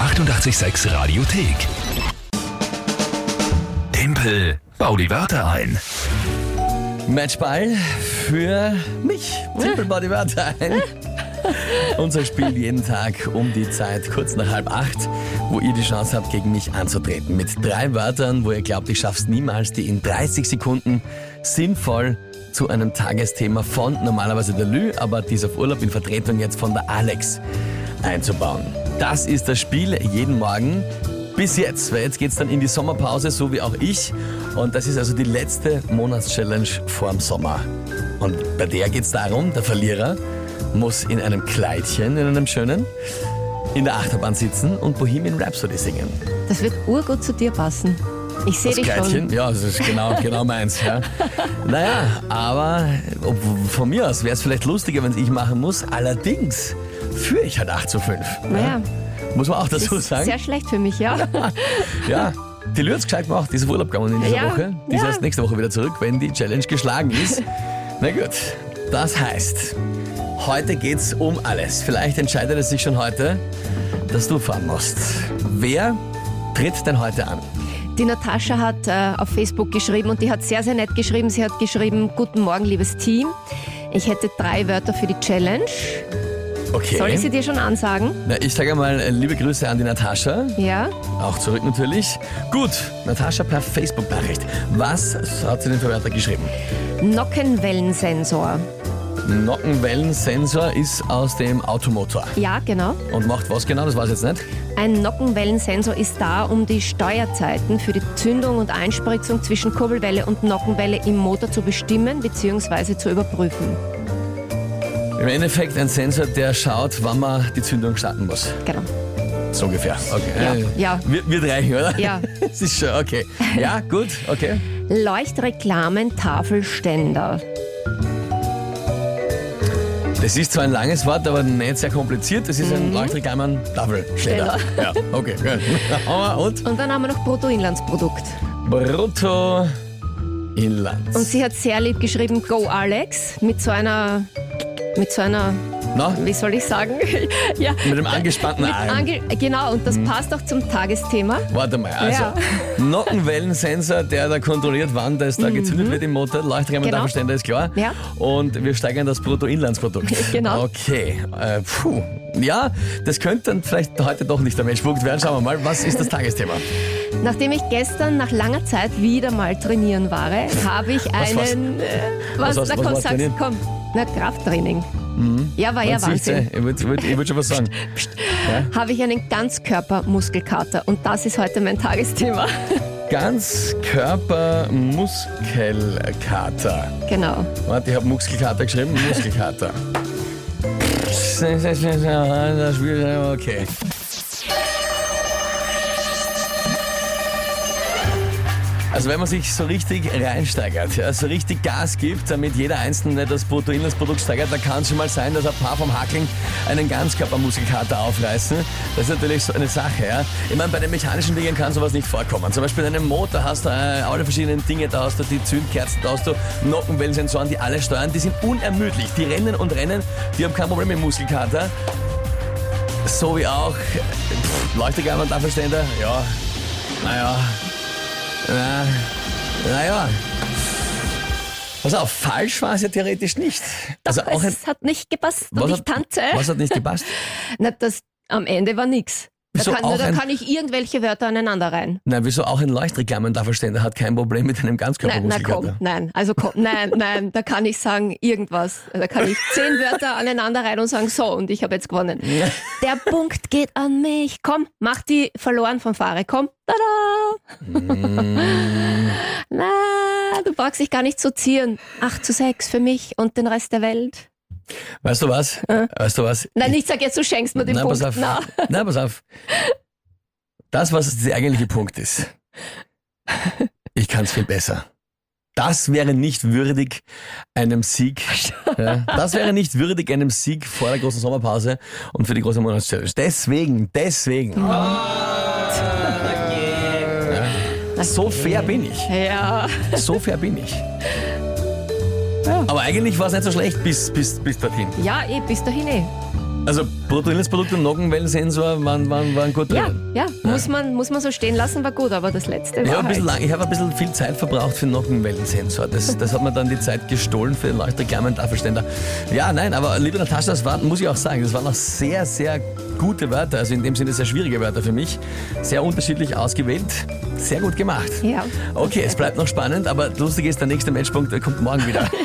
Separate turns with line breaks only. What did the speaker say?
886 Radiothek. Tempel, bau die Wörter ein.
Matchball für mich. Simple Body Wörter ein. Unser Spiel jeden Tag um die Zeit, kurz nach halb acht, wo ihr die Chance habt, gegen mich anzutreten. Mit drei Wörtern, wo ihr glaubt, ich schaff's niemals, die in 30 Sekunden sinnvoll zu einem Tagesthema von normalerweise der Lü, aber die ist auf Urlaub in Vertretung jetzt von der Alex einzubauen. Das ist das Spiel jeden Morgen bis jetzt, weil jetzt geht's dann in die Sommerpause, so wie auch ich. Und das ist also die letzte Monatschallenge vorm Sommer. Und bei der geht's darum, der Verlierer muss in einem Kleidchen, in einem schönen, in der Achterbahn sitzen und Bohemian Rhapsody singen.
Das wird urgut zu dir passen. Ich sehe
Das
dich
Kleidchen?
schon.
Ja, das ist genau, genau meins. Ja. Naja, aber ob, von mir aus wäre es vielleicht lustiger, wenn ich machen muss. Allerdings führe ich halt 8 zu 5.
Naja,
Muss man auch
das
dazu
ist
sagen.
sehr schlecht für mich, ja.
Ja, die Lürz gescheit gemacht, die ist auf Urlaub gegangen in dieser
Ja,
Woche. Die ist
ja.
erst nächste Woche wieder zurück, wenn die Challenge geschlagen ist. Na gut, das heißt, heute geht's um alles. Vielleicht entscheidet es sich schon heute, dass du fahren musst. Wer tritt denn heute an?
Die Natascha hat äh, auf Facebook geschrieben und die hat sehr, sehr nett geschrieben. Sie hat geschrieben, guten Morgen, liebes Team. Ich hätte drei Wörter für die Challenge.
Okay.
Soll ich sie dir schon ansagen?
Na, ich sage einmal äh, liebe Grüße an die Natascha,
Ja.
auch zurück natürlich. Gut, Natascha per Facebook-Nachricht. Was hat sie denn für Wörter geschrieben?
Nockenwellensensor.
Nockenwellensensor ist aus dem Automotor.
Ja, genau.
Und macht was genau, das weiß ich jetzt nicht.
Ein Nockenwellensensor ist da, um die Steuerzeiten für die Zündung und Einspritzung zwischen Kurbelwelle und Nockenwelle im Motor zu bestimmen bzw. zu überprüfen.
Im Endeffekt ein Sensor, der schaut, wann man die Zündung starten muss.
Genau.
So ungefähr. Okay.
Ja,
Äh,
ja.
Wird, wird reichen, oder?
Ja.
Es ist schon, okay. Ja, gut, okay.
Leuchtreklamen-Tafelständer.
Das ist zwar ein langes Wort, aber nicht sehr kompliziert. Das ist ein
Mhm.
Leuchtreklamen Tafelständer. Ja, okay, gut. Hammer. Und
Und dann haben wir noch Bruttoinlandsprodukt.
Brutto
Und
Inlands.
sie hat sehr lieb geschrieben, Go Alex, mit so einer, mit so einer,
Na,
wie soll ich sagen? ja,
mit dem angespannten
mit
Arm.
ange genau, und das passt auch zum Tagesthema.
Warte mal, also
Ja.
Nockenwellensensor, der da kontrolliert, wann das da gezündet wird im Motor, Leuchtreklamen
Mhm. Genau.
Tafelständer ist klar.
Ja.
Und wir steigern das Bruttoinlandsprodukt.
Genau.
Okay. Äh, puh. Ja, das könnte dann vielleicht heute doch nicht der Menschpunkt werden. Schauen wir mal, was ist das Tagesthema?
Nachdem ich gestern nach langer Zeit wieder mal trainieren war, habe ich
Was war's?
einen, äh,
Was war's-
was,
was
na komm,
war's
sag's,
trainieren? Mhm.
komm, na Krafttraining. Ah Ja, war
Man
ja
sieht's,
Wahnsinn.
äh, Ich würde würd, ich würd schon was sagen.
Habe ich einen Ganzkörpermuskelkater und das ist heute mein Tagesthema.
Ganzkörpermuskelkater.
genau.
Warte, ich habe Muskelkater geschrieben. Muskelkater. Okay. Also wenn man sich so richtig reinsteigert, ja, so richtig Gas gibt, damit jeder Einzelne das Bruttoinlandsprodukt steigert, dann kann es schon mal sein, dass ein paar vom Hackeln einen Ganzkörpermuskelkater aufreißen. Das ist natürlich so eine Sache. Ja. Ich meine, bei den mechanischen Dingen kann sowas nicht vorkommen. Zum Beispiel in einem Motor hast du äh, alle verschiedenen Dinge, da hast du die Zündkerzen, da hast du Nockenwellensensoren, die alle steuern, die sind unermüdlich. Die rennen und rennen, die haben kein Problem mit Muskelkater. So wie auch äh, pff, Leuchtergarmen, Tafelständer, ja, naja, na, naja. Pass auf, falsch war es ja theoretisch nicht. Also auch ein,
es hat nicht gepasst und ich
hat,
tanze.
was hat nicht gepasst?
Na, das am Ende war nix. Da,
Wieso auch
kann, da
ein-
kann ich irgendwelche Wörter aneinander rein.
Nein, wieso auch ein Leuchtreklamen-Tafelständer hat kein Problem mit einem
Nein, na komm,
Ganzkörpermuskelkater?
nein, also komm, nein, nein, da kann ich sagen irgendwas. Da kann ich zehn Wörter aneinander rein und sagen, so, und ich habe jetzt gewonnen. Der Punkt geht an mich. Komm, mach die verloren von Fahre. Komm, tada!
Mm.
Na, du brauchst dich gar nicht zu zieren. 8 zu 6 für mich und den Rest der Welt.
Weißt du was?
Äh.
Weißt du was?
Nein, ich sag jetzt, du schenkst mir den
Nein,
Punkt.
pass auf.
Na.
Nein, pass auf. Das, was der eigentliche Punkt ist. Ich kann es viel besser. Das wäre nicht würdig einem Sieg. Ja, das wäre nicht würdig einem Sieg vor der großen Sommerpause und für die große Monatschallenge. Deswegen, deswegen. Ja. So fair bin ich.
Ja.
So fair bin ich. Aber eigentlich war es nicht so schlecht bis, bis, bis dorthin.
Ja, eh, bis dahin eh.
Also Bruttoinlandsprodukt und Nockenwellensensor waren, waren, waren gut
Ja,
drin.
ja, muss man, muss man so stehen lassen, war gut, aber das letzte
Ich
war
habe ein, bisschen
halt.
lang- ich hab ein bisschen viel Zeit verbraucht für den Nockenwellensensor. Das, das hat mir dann die Zeit gestohlen für den leuchtreklamen Tafelständer. Ja, nein, aber liebe Natascha, das waren, muss ich auch sagen, das waren auch sehr, sehr gute Wörter. Also in dem Sinne sehr schwierige Wörter für mich. Sehr unterschiedlich ausgewählt. Sehr gut gemacht.
Ja.
Okay, es bleibt noch spannend, aber lustig ist, der nächste Matchpunkt äh, kommt morgen wieder.